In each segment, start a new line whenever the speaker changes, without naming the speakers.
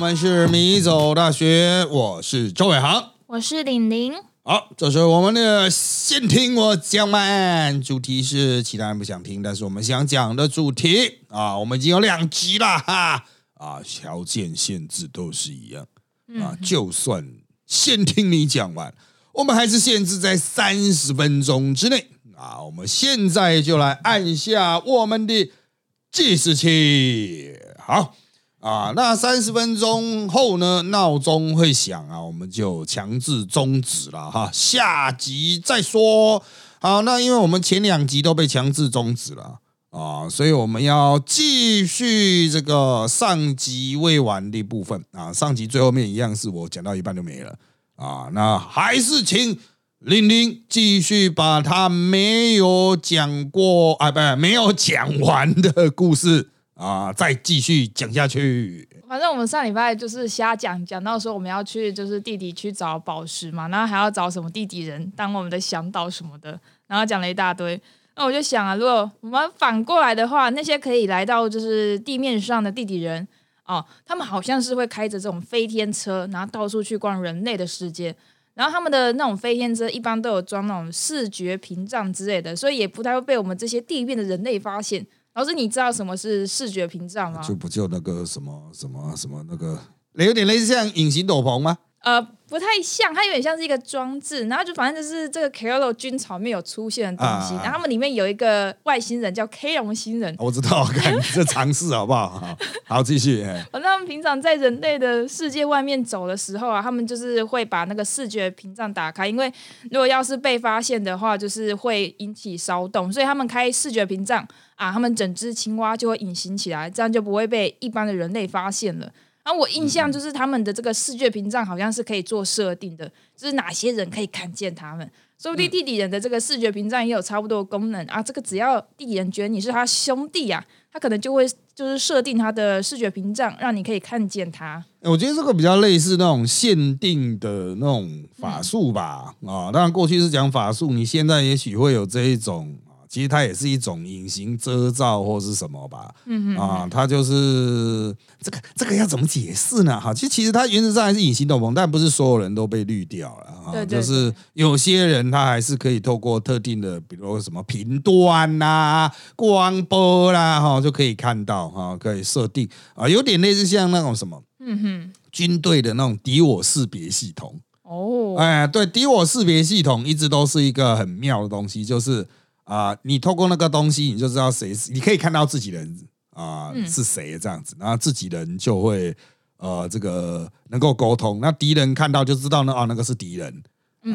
们是米走大学，我是周伟航。
我是玲玲，
好，这是我们的先听我讲完，主题是其他人不想听，但是我们想讲的主题啊，我们已经有两集了哈啊，条件限制都是一样啊，就算先听你讲完，我们还是限制在三十分钟之内啊，我们现在就来按下我们的计时器，好。啊，那三十分钟后呢，闹钟会响啊，我们就强制终止了哈，下集再说。好，那因为我们前两集都被强制终止了啊，所以我们要继续这个上集未完的部分啊，上集最后面一样是我讲到一半就没了啊，那还是请。玲玲继续把她没有讲过啊，不，没有讲完的故事啊，再继续讲下去。
反正我们上礼拜就是瞎讲，讲到说我们要去就是地底去找宝石嘛，然后还要找什么地底人当我们的向导什么的，然后讲了一大堆。那我就想啊，如果我们反过来的话，那些可以来到就是地面上的地底人哦，他们好像是会开着这种飞天车，然后到处去逛人类的世界。然后他们的那种飞天车一般都有装那种视觉屏障之类的，所以也不太会被我们这些地面的人类发现。老师，你知道什么是视觉屏障吗？
就不就那个什么什么什么那个，有点类似像隐形斗篷吗？
呃，不太像，它有点像是一个装置，然后就反正就是这个 Kerolo 军草没有出现的东西，
啊啊啊
然后他们里面有一个外星人叫 K 龙星人，
我知道，看你这尝试好不好？好，好继续。哎
反正他们哦平常在人类的世界外面走的时候啊，他们就是会把那个视觉屏障打开，因为如果要是被发现的话，就是会引起骚动，所以他们开视觉屏障啊，他们整只青蛙就会隐形起来，这样就不会被一般的人类发现了。然后我印象就是他们的这个视觉屏障好像是可以做设定的，就是哪些人可以看见他们。说不定地底人的这个视觉屏障也有差不多的功能啊。这个只要地底人觉得你是他兄弟啊，他可能就会就是设定他的视觉屏障，让你可以看见他。
我觉得这个比较类似那种限定的那种
嗯
法术吧。啊，当然过去是讲法术，你现在也许会有这一种。啊其实它也是一种隐形遮罩或是什么吧，嗯啊，它就是这个这个要怎么解释呢？哈，其实其实它原则上还是隐形斗篷，但不是所有人都被滤掉了啊。
对对
就是是有些人他还是可以透过特定的，比如说什么频段啦、光波啦，哈、就可以看到哈、可以设定啊，有点类似像那种什么，嗯哼，军队的那种敌我识别系统。
哦，
哎，对，敌我识别系统一直都是一个很妙的东西，就是啊、你透过那个东西，你就知道谁是，你可以看到自己人啊、是谁这样子，然后自己人就会呃这个能够沟通，那敌人看到就知道呢，哦，那个是敌人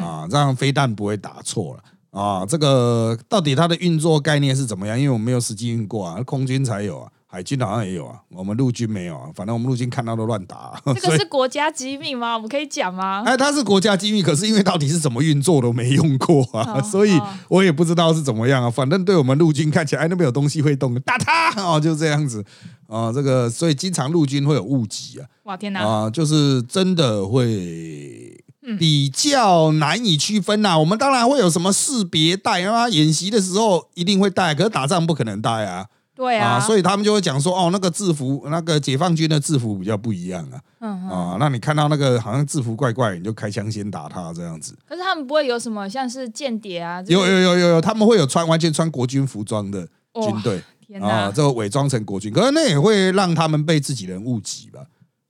啊、这样飞弹不会打错了。啊，这个到底它的运作概念是怎么样？因为我们没有实际运过啊，空军才有啊，海军好像也有啊，我们陆军没有啊，反正我们陆军看到都乱打、啊。
这个是国家机密吗？我们可以讲吗？
哎，它是国家机密，可是因为到底是怎么运作都没用过啊，
哦
所以
哦
我也不知道是怎么样啊。反正对我们陆军看起来，哎，那边有东西会动，打它 哦，就这样子啊、这个，所以经常陆军会有误击啊，
哇天哪！
啊、就是真的会
嗯
比较难以区分啊呐、我们当然会有什么识别带啊，演习的时候一定会带，可是打仗不可能带啊。
对
啊，
啊，
所以他们就会讲说，哦，那个制服，那个解放军的制服比较不一样啊，
嗯
啊，那你看到那个好像制服怪怪，你就开枪先打他这样子。
可是他们不会有什么像是间谍啊？这
有
种
有有有有，他们会有穿完全穿国军服装的军队
哦天
啊，
哪！
这个伪装成国军，可是那也会让他们被自己人误解吧？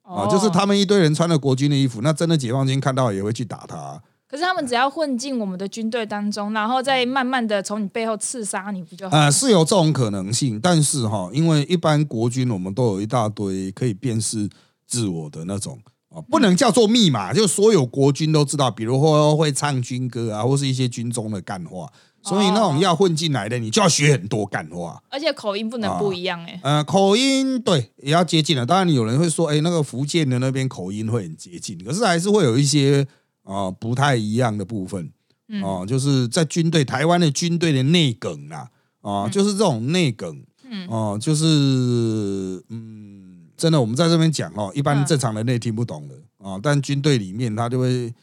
啊，
哦
就是他。们一堆人穿了国军的衣服，那真的解放军看到也会去打他啊。
可是他们只要混进我们的军队当中，然后再慢慢的从你背后刺杀你，不就好？
呃，是有这种可能性，但是哈，因为一般国军我们都有一大堆可以辨识自我的那种啊，不能叫做密码，就所有国军都知道，比如说会唱军歌啊，或是一些军中的干话，所以那种要混进来的，你就要学很多干话。
而且口音不能不一样哎、
呃，口音对也要接近了。当然，有人会说，哎、那个福建的那边口音会很接近，可是还是会有一些啊、呃不太一样的部分。
嗯
哦、就是在军队，台湾的军队的内梗啦，啊、
嗯
就是这种内梗，嗯，哦、就是嗯，真的，我们在这边讲哦，一般哦
嗯
正常人类听不懂的啊、但军队里面他就会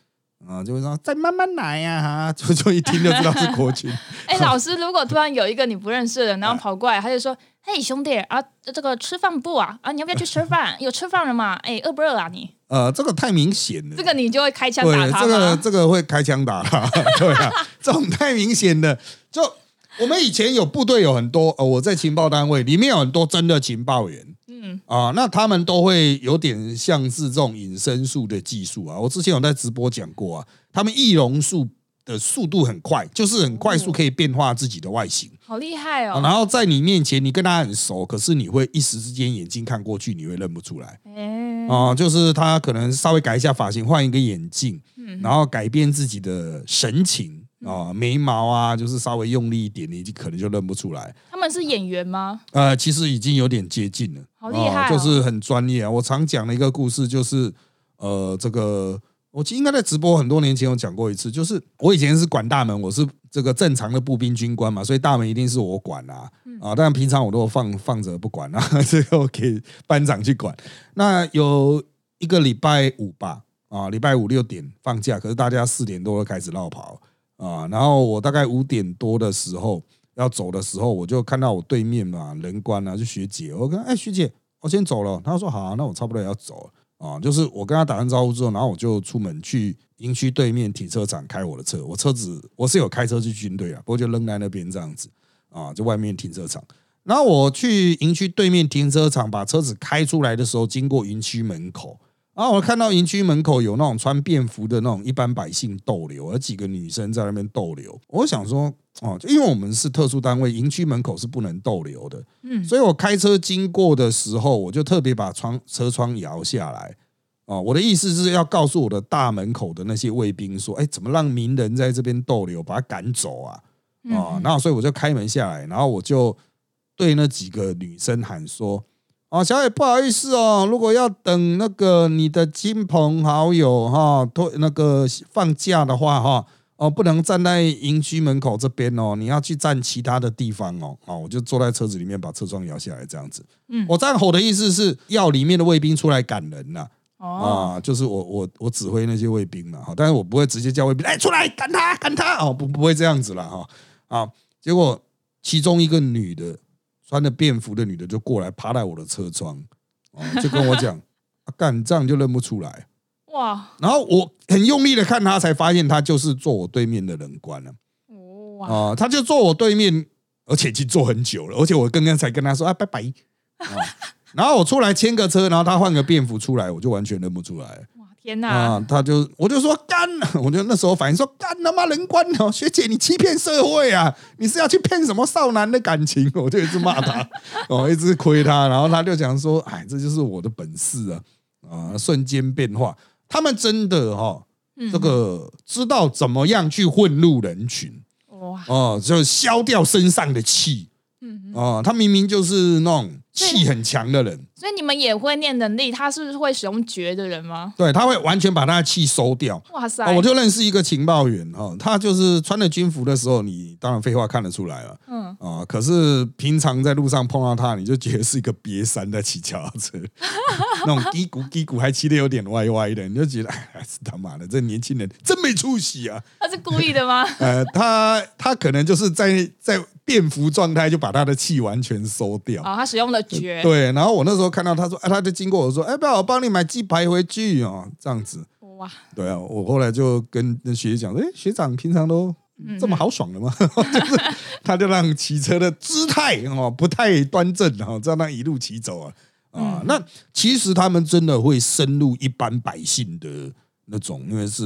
啊，就会说再慢慢来呀、啊，就就一听就知道是国军。
哎，老师，如果突然有一个你不认识的人，然后跑过来，他就说：“嘿，兄弟啊，这个吃饭不啊？啊，你要不要去吃饭？ 有吃饭了吗？哎，饿不饿啊你？”
呃，这个太明显了。
这个你就会开枪打
对，
他
这个
吗？
这个会开枪打 他，对啊，这种太明显的。就我们以前有部队有很多，呃，我在情报单位里面有很多真的情报员，嗯啊、那他们都会有点像是这种隐身术的技术啊。我之前有在直播讲过啊，他们易容术的速度很快，就是很快
哦
速可以变化自己的外形。
好厉害
啊
哦！
然后在你面前，你跟他很熟，可是你会一时之间眼睛看过去，你会认不出来。
哎，
哦、就是他可能稍微改一下发型，换一个眼镜，
嗯
然后改变自己的神情啊、眉毛啊，就是稍微用力一点，你就可能就认不出来。
他们是演员吗？
呃，其实已经有点接近了，
好厉害哦
就是很专业啊。我常讲的一个故事就是，呃，这个我记得应该在直播很多年前有讲过一次，就是我以前是管大门，我是这个正常的步兵军官嘛，所以大门一定是我管啦、
嗯
啊。但平常我都放放着不管啊， 这个我给班长去管。那有一个礼拜五吧，啊，礼拜五六点放假，可是大家四点多就开始绕跑啊。然后我大概五点多的时候要走的时候，我就看到我对面嘛人官啊，就学姐，我跟她哎学姐，我先走了。她说好啊、那我差不多也要走了啊。就是我跟她打完招呼之后，然后我就出门去营区对面停车场开我的车，我车子我是有开车去军队啊，不过就扔在那边这样子啊，就外面停车场。然后我去营区对面停车场把车子开出来的时候，经过营区门口，然后啊我看到营区门口有那种穿便服的那种一般百姓逗留，有几个女生在那边逗留。我想说，哦，就因为我们是特殊单位，营区门口是不能逗留的，
嗯
所以我开车经过的时候，我就特别把窗车窗摇下来。哦，我的意思是要告诉我的大门口的那些卫兵说，哎，怎么让名人在这边逗留，把他赶走啊？啊、
嗯，
然后所以我就开门下来，然后我就对那几个女生喊说：“啊，小野，不好意思哦，如果要等那个你的亲朋好友哈，都那个放假的话哈，哦，不能站在营区门口这边哦，你要去站其他的地方哦。”啊，我就坐在车子里面，把车窗摇下来，这样子。
嗯
我这样吼的意思是要里面的卫兵出来赶人呐、
哦，
啊，就是我我我指挥那些卫兵嘛，哈，但是我不会直接叫卫兵，哎，出来赶他赶他哦，不不会这样子啦，哈啊，结果其中一个女的穿着便服的女的就过来趴在我的车窗，哦，就跟我讲，啊干、这样就认不出来，
哇，
然后我很用力的看她，才发现她就是坐我对面的人官了、
哇，
啊，他就坐我对面，而且已经坐很久了，而且我刚刚才跟他说啊拜 拜，啊然后我出来牵个车，然后他换个便服出来，我就完全认不出来。
哇，天哪！
啊，他就我就说干， 我就那时候反应说干他妈人官哦，学姐你欺骗社会啊，你是要去骗什么少男的感情？我就一直骂 他，哦，一直亏他，然后他就讲说，哎，这就是我的本事啊，啊，瞬间变化，他们真的哈、哦，
嗯
这个知道怎么样去混入人群
哇，
哦，就消掉身上的气
嗯，
哦，他明明就是那种气很强的人，
所以你们也会念能力，他是不是会使用绝的人吗？
对，他会完全把他的气收掉。
哇塞，
啊，我就认识一个情报员哦，他就是穿了军服的时候，你当然废话看得出来了
嗯，
啊、可是平常在路上碰到他，你就觉得是一个瘪三在骑脚踏车， 那种低谷低谷还骑的有点歪歪的，你就觉得哎，是他妈的这年轻人真没出息啊！
他是故意的 吗？
呃，他他可能就是在在便服状态就把他的气完全收掉。
啊，他使用了绝，
对，然后我那时候看到他说，哎、他就经过我说，哎、不要，我帮你买鸡排回去哦，这样子。
哇，
对啊，我后来就跟那学姐讲，哎，学长平常都
嗯
这么豪爽的吗？ 就是他就让骑车的姿态哦不太端正哦，这样他一路骑走啊
嗯
啊、那其实他们真的会深入一般百姓的那种，因为是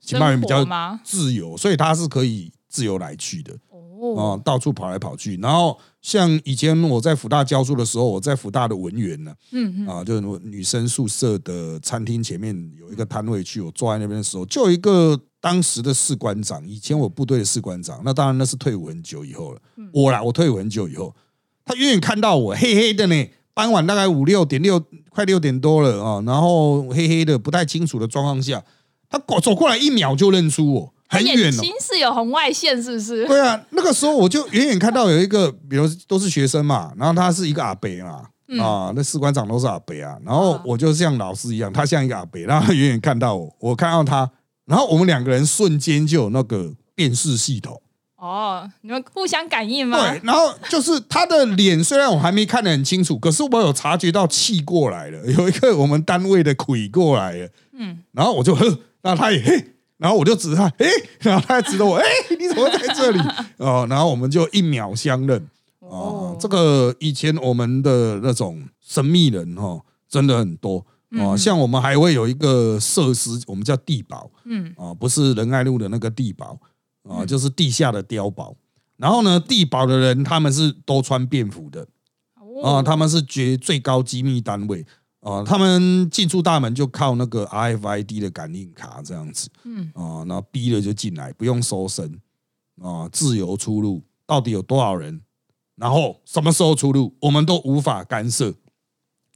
情报员比较
生活吗
自由，所以他是可以自由来去的。
哦，
啊、到处跑来跑去。然后像以前我在福大教书的时候，我在福大的文员呢、
嗯
啊，就是我女生宿舍的餐厅前面有一个摊位区，我坐在那边的时候，就有一个当时的士官长，以前我部队的士官长，那当然那是退伍很久以后了。
嗯
我啦，我退伍很久以后，他远远看到我黑黑的呢，傍晚大概五六点六快六点多了啊，然后黑黑的不太清楚的状况下，他过走过来一秒就认出我，
他
很
眼
远哦。
睛是有红外线，是不是？
对啊，那个时候我就远远看到有一个，比如都是学生嘛，然后他是一个阿伯嘛，
嗯
啊，那士官长都是阿伯啊，然后我就像老师一样，他像一个阿伯，然后他远远看到我，我看到他，然后我们两个人瞬间就有那个辨识系统。
哦，你们互相感应吗？
对，然后就是他的脸，虽然我还没看得很清楚，可是我有察觉到气过来了， 有一个我们单位的鬼过来了，嗯，然后我就呵，然后他也 嘿，然后我就指他，嘿， 然后他还指着我，哎，你怎么在这里？ 哦，然后我们就一秒相认。哦，这个以前我们的那种神秘人哦，真的很多。哦，像我们还会有一个设施，我们叫地堡，
嗯，
啊，不是仁爱路的那个地堡，啊，就是地下的碉堡。然后呢，地堡的人他们是都穿便服的
哦
啊、他们是绝最高机密单位啊、他们进出大门就靠那个 RFID 的感应卡这样子，
嗯
啊、然后逼了就进来，不用搜身啊、自由出入，到底有多少人，然后什么时候出入，我们都无法干涉。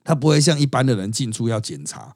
他不会像一般的人进出要检查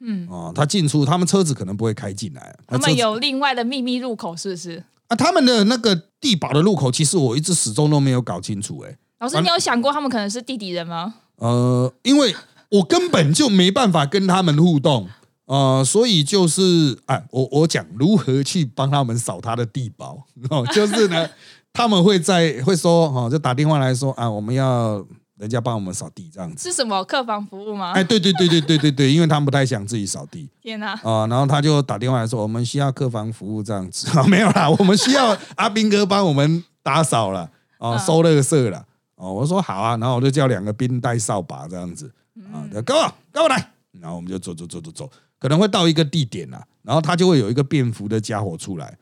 嗯，
啊、他进出他们车子可能不会开进来，啊
他
车子
们有另外的秘密入口，是不是？
啊，他们的那个地堡的入口，其实我一直始终都没有搞清楚、欸，
老师，你有想过他们可能是地底人吗？
呃，因为我根本就没办法跟他们互动，呃，所以就是，哎，我我讲如何去帮他们扫他的地堡， 哦，就是呢，他们会在会说，哦，就打电话来说，啊，我们要人家帮我们扫地这样子，
是什么客房服务吗？
哎，对对对对对对对，因为他们不太想自己扫地，
天哪、
啊、然后他就打电话来说，我们需要客房服务这样子， 啊，没有啦，我们需要阿兵哥帮我们打扫了，哦、
嗯
收垃圾了，哦，我说好啊，然后我就叫两个兵带扫把这样子，啊，就跟我跟我来，然后我们就走走走走走，可能会到一个地点啦，然后他就会有一个便服的家伙出来，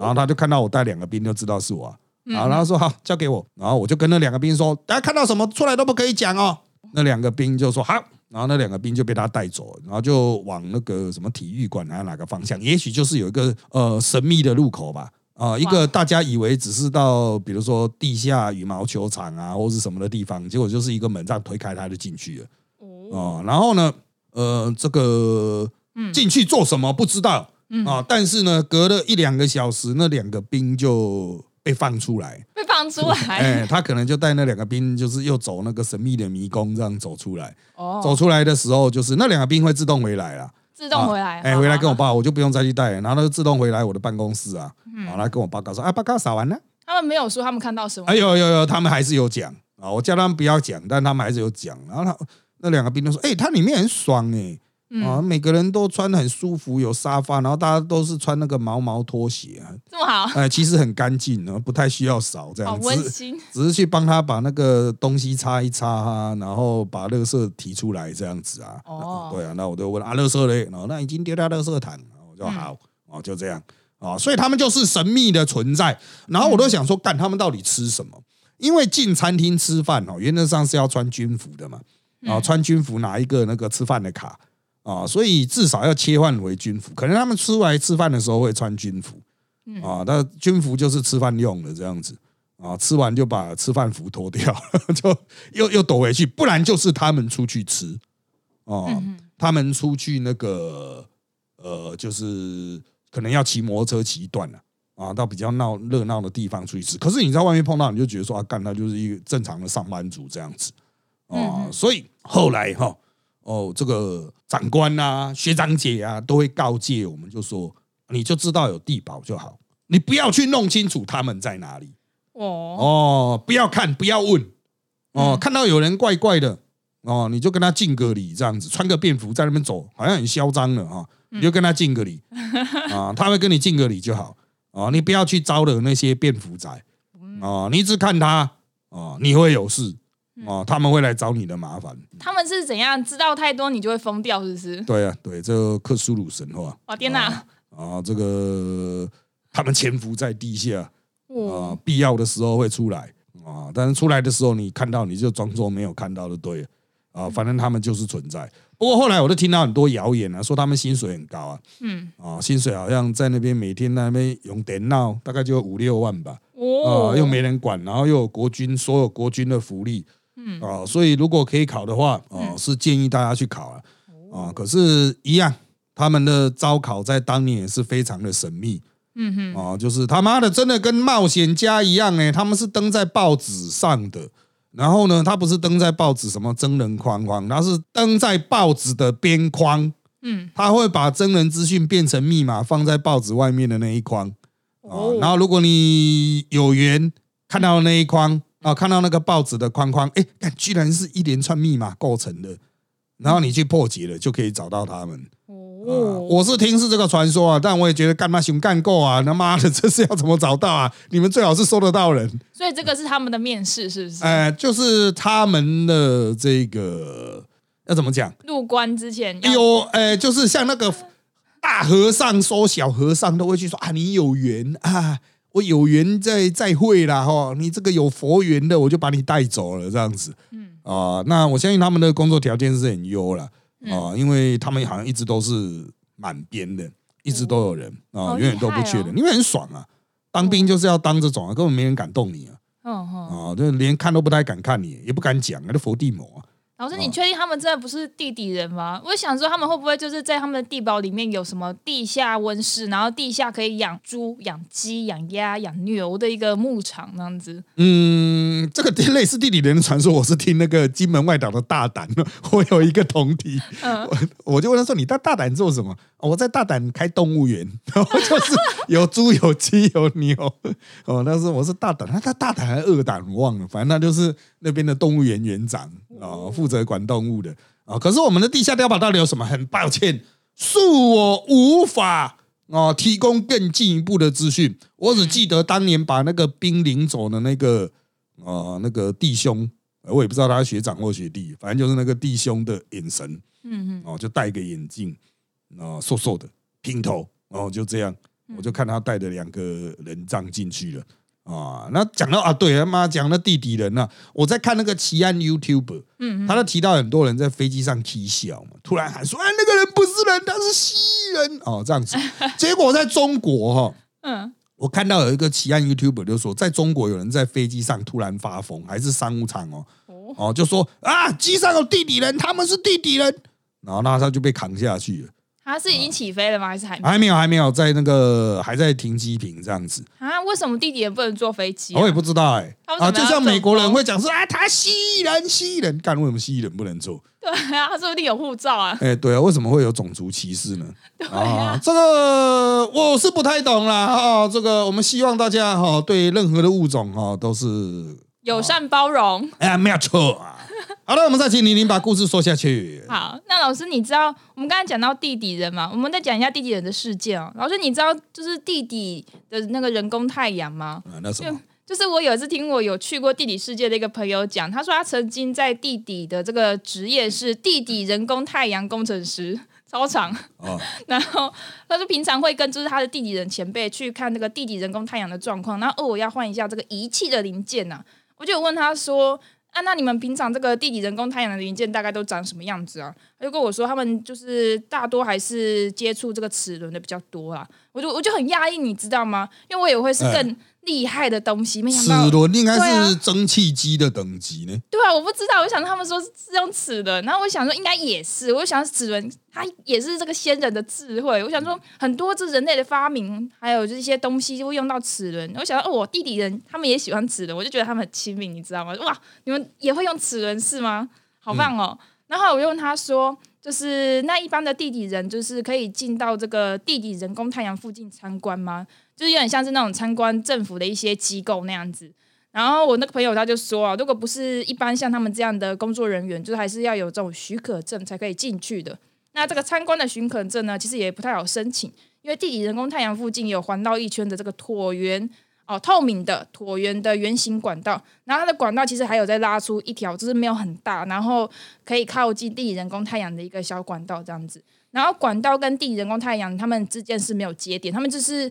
然后他就看到我带两个兵，就知道是我、啊。好，然后说好交给我，然后我就跟那两个兵说，大家看到什么出来都不可以讲哦。那两个兵就说好，然后那两个兵就被他带走了，然后就往那个什么体育馆啊还是哪个方向，也许就是有一个呃神秘的入口吧。啊、一个大家以为只是到，比如说地下羽毛球场啊，或是什么的地方，结果就是一个门这样推开，他就进去了。
哦，
哦，然后呢，呃，这个进去做什么不知道啊，但是呢，隔了一两个小时，那两个兵就被放出来，
被放出来
哎，他可能就带那两个兵，就是又走那个神秘的迷宫，这样走出来。
哦，
走出来的时候，就是那两个兵会自动回来啦。
自动回来，
啊哎、
好
回来跟我。
好好嗯
爸，我就不用再去带了，然后他就自动回来我的办公室啊，好，来跟我报告说，啊，报告扫完了，
他们没有说他们看到什么
哎，有有有，他们还是有讲啊，我叫他们不要讲，但他们还是有讲，然后他那两个兵都说，哎、它里面很爽哎、
嗯
啊，每个人都穿得很舒服，有沙发，然后大家都是穿那个毛毛拖鞋、啊，
这么好，
哎、其实很干净，然后不太需要扫这
好
样，
哦温
只哎是
馨。
只是去帮他把那个东西擦一擦啊，然后把垃圾提出来这样子啊。
哦
对啊，那我就问啊，垃圾嘞？哦，那已经丢掉垃圾桶了，我就好，哦，就这样哦，所以他们就是神秘的存在。然后我都想说，干他们到底吃什么？因为进餐厅吃饭哦，原则上是要穿军服的嘛，啊，穿军服拿一个那个吃饭的卡啊，所以至少要切换为军服。可能他们出来吃饭的时候会穿军服啊，那军服就是吃饭用的这样子。啊，吃完就把吃饭服脱掉， 就又又躲回去，不然就是他们出去吃哦，他们出去那个呃，就是可能要骑摩托车骑一段了啊到比较闹热闹的地方出去吃。可是你在外面碰到，你就觉得说啊，干他就是一个正常的上班族这样子啊，所以后来哈哦，这个长官啊、学长姐啊都会告诫我们，就说你就知道有地堡就好，你不要去弄清楚他们在哪里。
哦，
哦，不要看，不要问哦，看到有人怪怪的哦，你就跟他敬个礼，这样子穿个便服在那边走，好像很嚣张了啊、你就跟他敬个礼啊、他会跟你敬个礼就好啊、你不要去招惹那些便服仔啊、哦你一直看他啊、哦你会有事啊、哦他们会来找你的麻烦。
他们是怎样知道太多你就会疯掉，是不是？
对啊，对，这克苏鲁神话
哇，天哪！
啊，这个他们潜伏在地下。啊、
哇，
必要的时候会出来啊、但是出来的时候你看到你就装作没有看到就对了啊、反正他们就是存在。不过后来我都听到很多谣言啊，说他们薪水很高啊，
嗯，
啊、薪水好像在那边每天在那边用电闹，大概就五六万吧，啊、
哦，
又没人管，然后又有国军所有国军的福利，嗯啊、所以如果可以考的话，啊、
嗯
是建议大家去考啊，啊、
哦
可是一样，他们的招考在当年也是非常的神秘，
嗯哼，
哦，就是他妈的真的跟冒险家一样哎、他们是登在报纸上的。然后呢，他不是登在报纸什么真人框框，他是登在报纸的边框
嗯，
他会把真人资讯变成密码放在报纸外面的那一框啊、然
后
后如果你有缘看到那一框啊，看到那个报纸的框框，哎，干居然是一连串密码构成的，然后你去破解了，就可以找到他们。啊
哦，
我是听是这个传说啊，但我也觉得干嘛熊干够啊，他妈的这是要怎么找到啊？你们最好是收得到人，
所以这个是他们的面试，是不是？
呃，就是他们的这个要怎么讲？
入关之前要，
有，呃，就是像那个大和尚说小和尚都会去说啊，你有缘啊，我有缘再再会啦哈、你这个有佛缘的，我就把你带走了这样子。
嗯
啊、那我相信他们的工作条件是很优了
嗯
啊，因为他们好像一直都是满编的，一直都有人啊、
好
永远都不
厉害
缺
哦
人，因为很爽啊。当兵就是要当这种啊，根本没人敢动你啊！
嗯嗯。
啊，就连看都不太敢看你，也不敢讲，那佛地魔啊！
老师，你确定他们真的不是地底人吗？我想说，他们会不会就是在他们的地堡里面有什么地下温室，然后地下可以养猪、养鸡、养鸭、养牛的一个牧场那样子？
嗯，这个 类似地理人的传说，我是听那个金门外岛的大胆，我有一个同体，
嗯，
我就问他说：“你在大胆做什么？”哦我在大胆开动物园， 然后就是有猪、有鸡、有牛。哦，那是我是大胆，他他大胆还是二胆我忘了，反正他就是那边的动物园园长啊、哦负责管动物的啊、哦可是我们的地下碉堡到底有什么？很抱歉，恕我无法哦提供更进一步的资讯。我只记得当年把那个兵领走的那个呃那个弟兄。呃我也不知道他是学长或学弟，反正就是那个弟兄的眼神，
嗯
哦，就戴一个眼镜，啊、瘦瘦的，平头，哦，就这样，
嗯
我就看他带着两个人葬进去了。啊，那讲到啊，对他妈讲到地底人呢、啊，我在看那个奇安 YouTube，
嗯嗯
他都提到很多人在飞机上踢笑嘛，突然喊说，哎，那个人不是人，他是蜥蜴人，哦，这样 子。结果在中国哈、
嗯，
我看到有一个奇案 YouTuber 就说，在中国有人在飞机上突然发疯，还是商务舱哦，
哦
哦，就说啊，机上有地底人，他们是地底人，然后那他就被扛下去了，
他啊是已经起飞了吗？还是还没？
还没有，还没有，在那个还在停机坪这样子，
啊，为什么地底人不能坐飞机啊、
我也不知道哎、
他为什么
啊，就
要
像美
整
国人
风
会讲说啊，他蜥蜴人，蜥蜴人，干为什么蜥蜴人不能 做？
对 啊，他说不定有护照啊。
哎、对啊，为什么会有种族歧视呢？
啊
这个我是不太懂啦。哦，这个我们希望大家哈、哦，对任何的物种哈、哦，都是
友善包容。
哎，没有错 啊。好了，我们再请玲玲把故事说下去。
好，那老师，你知道我们刚才讲到地底人嘛？我们再讲一下地底人的事件哦。老师，你知道就是地底的那个人工太阳吗？
啊，那什么，
就是我有一次听我有去过地底世界的一个朋友讲，他说他曾经在地底的这个职业是地底人工太阳工程师。 超长，
哦
然后他就平常会跟就是他的地底人前辈去看这个地底人工太阳的状况，然后哦我要换一下这个仪器的零件呐、我就有问他说啊，那你们平常这个地底人工太阳的零件大概都长什么样子啊？他就跟我说他们就是大多还是接触这个齿轮的比较多啊，我就我就很讶异，你知道吗？因为我以为是更厉害的东西，没想到
齿轮应该
对
是
啊
蒸汽机的等级呢。
对啊，我不知道，我想他们说是用齿轮，然后我想说应该也是，我就想齿轮它也是这个先人的智慧，我想说很多这人类的发明，还有这些东西就会用到齿轮。我想到哦，我弟弟人他们也喜欢齿轮，我就觉得他们很亲民，你知道吗？哇，你们也会用齿轮是吗？好棒哦！然后我就问他说，就是那一般的地底人，就是可以进到这个地底人工太阳附近参观吗？就是有点像是那种参观政府的一些机构那样子。然后我那个朋友他就说啊，如果不是一般像他们这样的工作人员，就是还是要有这种许可证才可以进去的。那这个参观的许可证呢，其实也不太好申请，因为地底人工太阳附近有环绕一圈的这个椭圆哦，透明的椭圆的圆形管道，然后它的管道其实还有在拉出一条，就是没有很大，然后可以靠近地底人工太阳的一个小管道这样子。然后管道跟地底人工太阳它们之间是没有接点，它们就是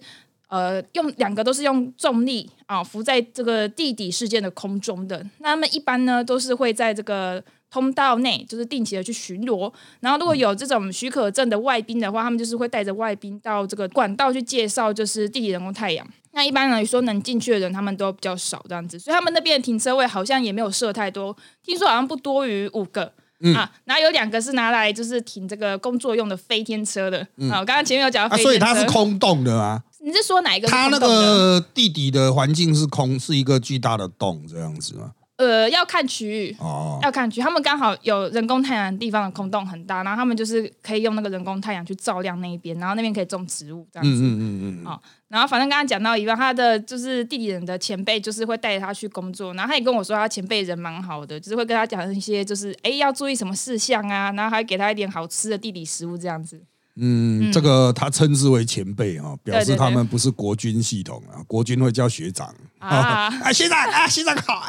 呃，用两个都是用重力啊、浮在这个地底事件的空中的。那他们一般呢都是会在这个通道内，就是定期的去巡逻。然后如果有这种许可证的外宾的话，他们就是会带着外宾到这个管道去介绍，就是地底人工太阳。那一般来说，能进去的人他们都比较少这样子，所以他们那边的停车位好像也没有设太多，听说好像不多于五个。
嗯
啊，然后有两个是拿来就是停这个工作用的飞天车的、啊，我刚刚前面有讲到
啊，
飞
所
天
以
车，
它是空洞的啊，
你是说哪一个是
它
空
那
洞的？
个地底的环境是空，是一个巨大的洞这样子嘛。
呃，要看区域，
哦，
要看区域。他们刚好有人工太阳的地方的空洞很大，然后他们就是可以用那个人工太阳去照亮那一边，然后那边可以种植物这样
嗯
子。
嗯嗯嗯，
好然后反正刚刚讲到一半，他的就是地理人的前辈就是会带着他去工作，然后他也跟我说他前辈人蛮好的，就是会跟他讲一些就是哎要注意什么事项啊，然后还给他一点好吃的地理食物这样子。
嗯，这个他称之为前辈啊，表示
对对
他们不是国军系统啊，国军会叫学长啊
啊
啊，学长啊，学长好啊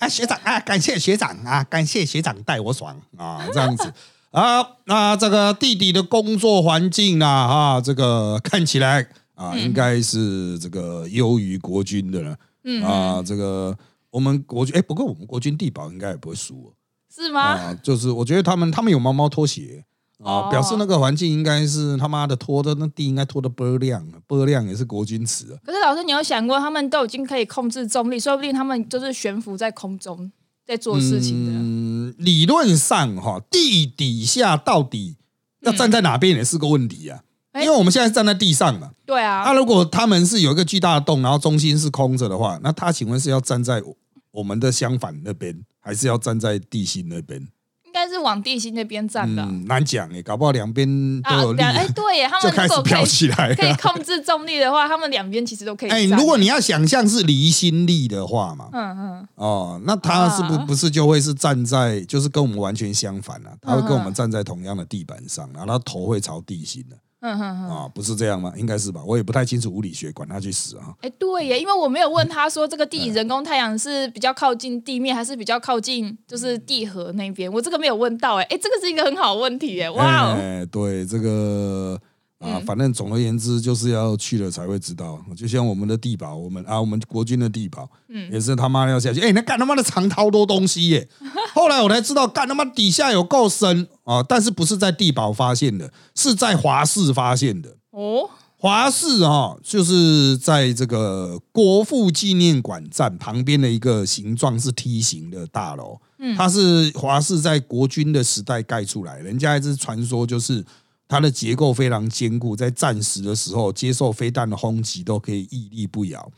啊，学长啊，感谢学长啊，感谢学长带我爽啊，这样 子啊，那这个弟弟的工作环境呢啊，这个看起来啊，应该是这个优于国军的了，
嗯，
啊，这个我们国军哎，不过我们国军地保应该也不会输哦。
是吗？
啊，就是我觉得他们他们有猫猫拖鞋啊，
哦
表示那个环境应该是他妈的拖的那地应该拖的倍亮，倍亮也是国军词啊。
可是老师，你有想过他们都已经可以控制重力，说不定他们就是悬浮在空中在做事情的。
嗯，理论上哈，地底下到底要站在哪边也是个问题啊，
哎
因为我们现在是站在地上嘛。
对啊，
那如果他们是有一个巨大的洞，然后中心是空着的话，那他请问是要站在我我们的相反那边，还是要站在地心那边？
应该是往地心那边站的。
嗯，难讲哎，搞不好两边都
啊
有，力
两
啊，
哎、对耶，他
就
们
开
如
始
果可
飘
以
起来
可以
了。
控制重力的话，他们两边其实都可以
哎、
站
如果你要想象是离心力的话嘛，
嗯嗯，
哦，那他是不
啊
不是就会是站在，就是跟我们完全相反了、他会跟我们
嗯
站在同样的地板上，然后他头会朝地心的
嗯哼哼，哎、
啊，不是这样吗？应该是吧，我也不太清楚物理学，管他去死啊！
哎对耶，因为我没有问他说这个地人工太阳是比较靠近地面，还是比较靠近就是地核那边，我这个没有问到，哎，哎，这个是一个很好的问题，耶，哇哦，
哎对这个啊，
嗯
反正总而言之，就是要去了才会知道。就像我们的地堡，我们啊，我们国军的地堡，
嗯
也是他妈要下去。哎、那干他妈的藏超多东西耶！后来我才知道，干他妈底下有够深啊，但是不是在地堡发现的，是在华氏发现的。
哦，
华氏啊，就是在这个国父纪念馆站旁边的一个形状是梯形的大楼，
嗯
它是华氏在国军的时代盖出来，人家一直传说就是它的结构非常坚固，在战时的时候接受飞弹的轰击都可以屹立不摇。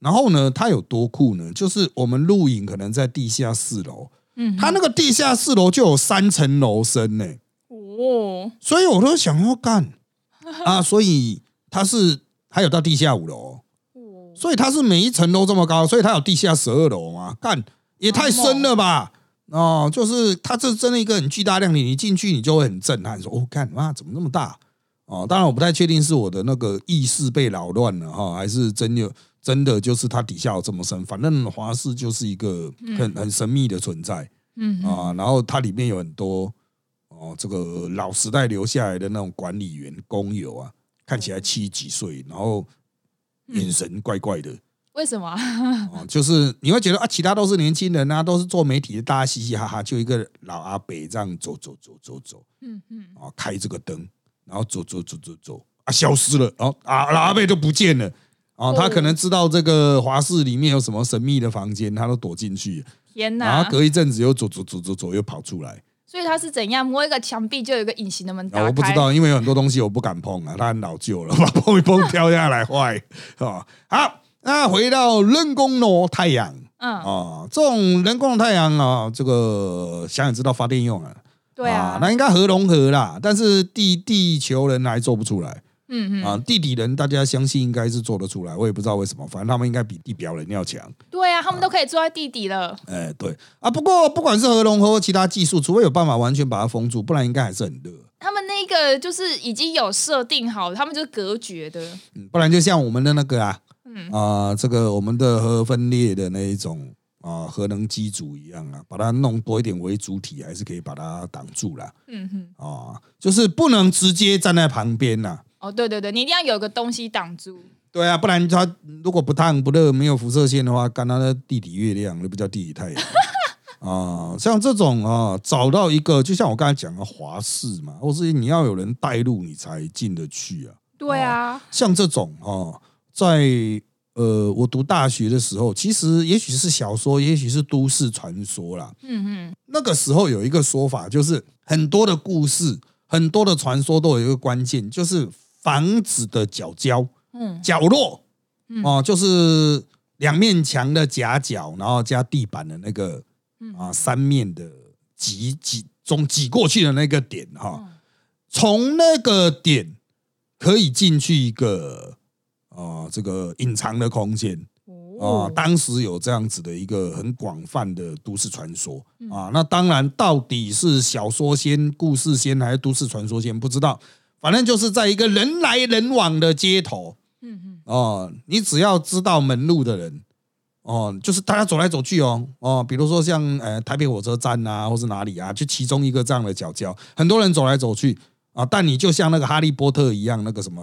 然后呢，它有多酷呢？就是我们录影可能在地下四楼，
嗯，
它那个地下四楼就有三层楼深呢、
哦，
所以我都想要干啊，所以它是还有到地下五楼哦，
哦，
所以它是每一层都这么高，所以它有地下十二楼嘛，干也太深了吧！哦，就是它这真的一个很巨大量体，你进去你就会很震撼，说哦，干哇，怎么那么大？哦，当然我不太确定是我的那个意识被扰乱了哈，还是真有真的就是它底下有这么深。反正华氏就是一个很很神秘的存在。
嗯哼，
啊，然后它里面有很多哦，这个老时代留下来的那种管理员工友啊，看起来七十几岁，然后
嗯
眼神怪怪的
为什么？
啊，就是你会觉得啊，其他都是年轻人啊，都是做媒体的，大家嘻嘻哈哈，就一个老阿伯这样走走走走走
嗯嗯，
啊，开这个灯，然后走走走走走啊，消失了，然后啊，老阿伯就不见了。啊，
哦
他可能知道这个华氏里面有什么神秘的房间，他都躲进去，
天
然
哪
啊后！隔一阵子又走走走走走又跑出来，
所以他是怎样摸一个墙壁就有一个隐形的门打
啊，
开？
我不知道，因为有很多东西我不敢碰啊，它很老旧了，把 碰一碰掉下来坏啊。好，那回到人工的太阳
嗯，
啊，这种人工的太阳啊，这个想也知道发电用啊，
对啊，
那应该核融合啦，但是地地球人还做不出来
嗯嗯，
啊，地底人大家相信应该是做得出来，我也不知道为什么，反正他们应该比地表人要强。
对啊，他们都可以坐在地底了。
哎，对啊，不过不管是核融合或其他技术，除非有办法完全把它封住，不然应该还是很热。
他们那个就是已经有设定好，他们就是隔绝的。
嗯，不然就像我们的那个啊，
嗯
啊、这个我们的核分裂的那一种啊、核能机组一样啊，把它弄多一点为主体，还是可以把它挡住啦。
嗯哼，
啊、就是不能直接站在旁边呐、
哦，对对对，你一定要有个东西挡住。
对啊，不然它如果不烫不热，没有辐射线的话，干它的地底月亮，那不叫地底太阳啊、像这种啊、找到一个，就像我刚才讲的华氏嘛，或是你要有人带路，你才进得去啊。
对啊，
像这种哦，在呃，我读大学的时候，其实也许是小说，也许是都市传说啦。
嗯
那个时候有一个说法，就是很多的故事、很多的传说都有一个关键，就是房子的角角
哼，嗯
角落
嗯
哦，就是两面墙的夹角，然后加地板的那个
嗯
啊三面的挤挤中挤过去的那个点哈，
嗯
从那个点可以进去一个啊这个隐藏的空间。啊、
哦，
当时有这样子的一个很广泛的都市传说
嗯
啊。那当然，到底是小说先、故事先，还是都市传说先，不知道。反正就是在一个人来人往的街头
嗯嗯，
哦，你只要知道门路的人哦，就是大家走来走去哦哦，比如说像呃台北火车站啊，或是哪里啊，就其中一个这样的角角，很多人走来走去啊。但你就像那个哈利波特一样，那个什么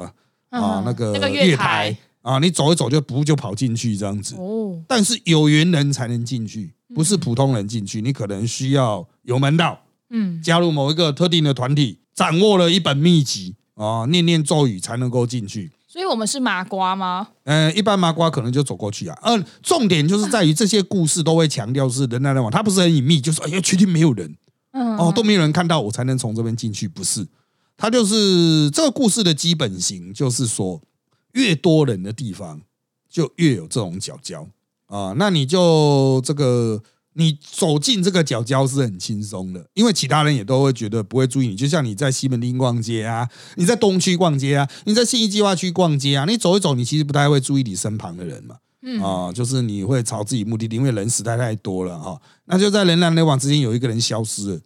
啊
嗯，
那个
那个
月
台
台，啊，你走一走就不就跑进去这样子。
哦，
但是有缘人才能进去，不是普通人进去。你可能需要有门道，
嗯，
加入某一个特定的团体，掌握了一本秘籍啊、念念咒语才能够进去。
所以我们是麻瓜吗？
呃，一般麻瓜可能就走过去啊。嗯、重点就是在于这些故事都会强调是人来人往，它不是很隐秘，就是哎呀，确定没有人
嗯，
哦，都没有人看到我才能从这边进去，不是？它就是这个故事的基本型，就是说越多人的地方就越有这种角角啊。那你就这个你走进这个角角是很轻松的，因为其他人也都会觉得不会注意你。就像你在西门町逛街啊，你在东区逛街啊，你在信义计划区逛街啊，你走一走，你其实不太会注意你身旁的人嘛。
嗯
啊，就是你会朝自己目的地，因为人实在太多了哈、那就在人来人往之间有一个人消失了，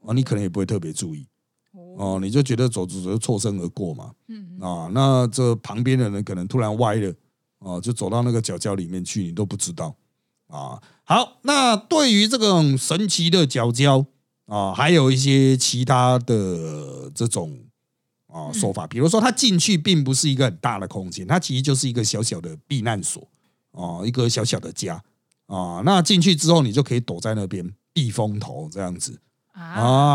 哦，你可能也不会特别注意。
哦，
哦，你就觉得走走走就错身而过嘛，
嗯，
啊，那这旁边的人可能突然歪了，哦，就走到那个角角里面去，你都不知道啊。好，那对于这种神奇的角角啊，还有一些其他的这种
嗯
啊说法，比如说它进去并不是一个很大的空间，它其实就是一个小小的避难所哦、一个小小的家啊。那进去之后，你就可以躲在那边避风头这样子。
啊，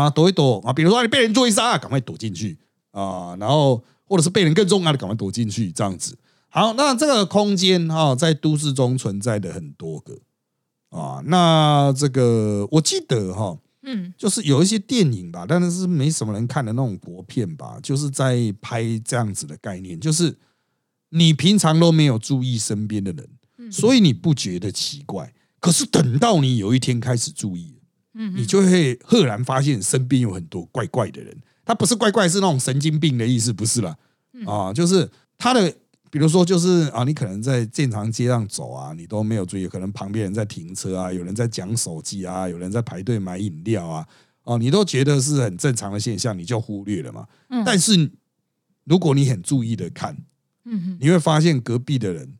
啊，躲一躲啊，比如说你被人追杀，赶快躲进去啊，然后或者是被人跟踪啊，你赶快躲进去，这样子。好，那这个空间哈、在都市中存在的很多个啊，那这个我记得哈、
嗯，
就是有一些电影吧，但是没什么人看的那种国片吧，就是在拍这样子的概念，就是你平常都没有注意身边的人，
嗯
所以你不觉得奇怪。可是等到你有一天开始注意，
嗯
你就会赫然发现身边有很多怪怪的人。他不是怪怪，是那种神经病的意思，不是啦。
嗯
啊，就是他的，比如说就是啊，你可能在正常街上走啊，你都没有注意，可能旁边人在停车啊，有人在讲手机啊，有人在排队买饮料啊，哦、你都觉得是很正常的现象，你就忽略了嘛。
嗯
但是如果你很注意的看，
嗯
你会发现隔壁的人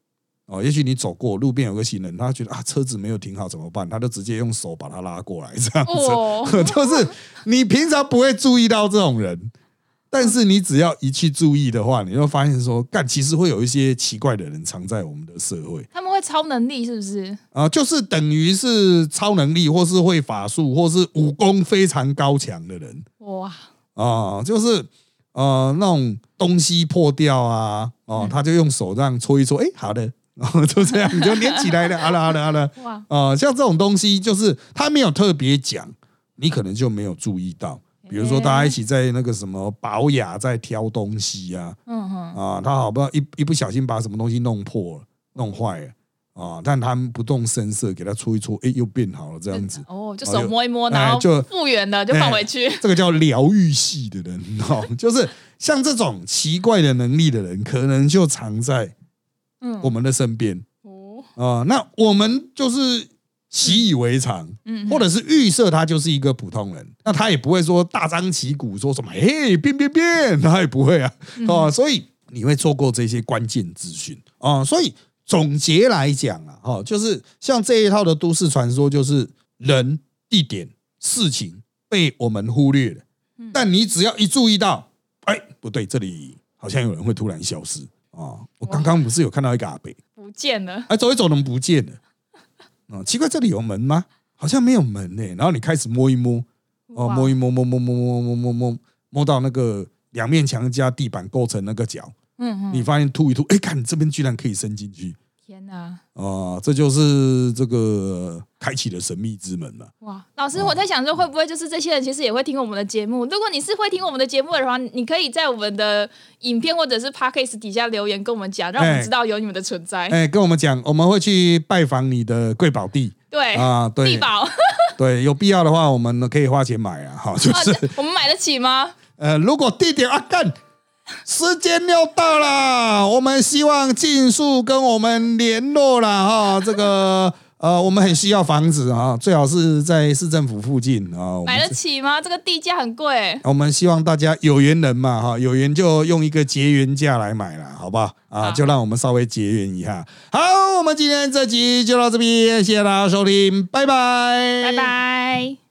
哦，也许你走过路边有个行人，他觉得啊车子没有停好怎么办？他就直接用手把他拉过来 这样子。
哦，
就是你平常不会注意到这种人，但是你只要一去注意的话，你会发现说，干，其实会有一些奇怪的人藏在我们的社会
他们会超能力是不是？
啊、就是等于是超能力，或是会法术，或是武功非常高强的人
哇，
啊、就是。呃，那种东西破掉啊，哦、他就用手这样搓一搓，哎、好的， 然后就这样，你就粘起来了，好了，好了，好了，
哇，
呃，像这种东西，就是他没有特别讲，你可能就没有注意到。比如说，大家一起在那个什么保雅在挑东西呀、
嗯
啊，
哼，
他好不容易一一不小心把什么东西弄破了、弄坏了啊，但他们不动声色，给他搓一搓，哎，又变好了，这样子。哎
哦，就手摸一摸，然后复原了，就放回去。
这个叫疗愈系的人哦，就是像这种奇怪的能力的人，可能就藏在
嗯，
我们的身边
哦，
啊、那我们就是习以为常，
嗯，
或者是预设他就是一个普通人，那他也不会说大张旗鼓说什么“嘿，变变变”，他也不会啊，
嗯
哦，所以你会错过这些关键资讯哦。所以总结来讲啊，哦，就是像这一套的都市传说，就是人、地点、事情被我们忽略了，
嗯
但你只要一注意到，哎，不对，这里好像有人会突然消失啊、哦！我刚刚不是有看到一个阿北，
不见了，
哎，走一走怎么不见了？啊、奇怪，这里有门吗？好像没有门呢、然后你开始摸一摸，哦，摸一摸，摸摸摸摸摸摸摸，摸到那个两面墙加地板构成那个角，
嗯哼，
你发现吐一吐，哎，看你这边居然可以伸进去。
天哪，
啊、这就是这个开启了神秘之门嘛。
哇，老师，我在想说，会不会就是这些人其实也会听我们的节目？如果你是会听我们的节目的话，你可以在我们的呃影片或者是 podcast 底下留言跟我们讲，让我们知道有你们的存在。
哎、跟我们讲，我们会去拜访你的贵宝地
对，
啊，
哎地
对
宝，
对，有必要的话，我们可以花钱买啊，哈，就是、
我们买得起吗？
呃，如果地点啊干，时间要到啦，我们希望尽速跟我们联络啦哈。这个呃，我们很需要房子啊，最好是在市政府附近啊。我
买得
们
起吗？这个地价很贵。
我们希望大家有缘人嘛哈，有缘就用一个结缘价来买啦，好不好？啊，
好
就让我们稍微结缘一下。好，我们今天这集就到这边，谢谢大家收听，拜拜，
拜拜。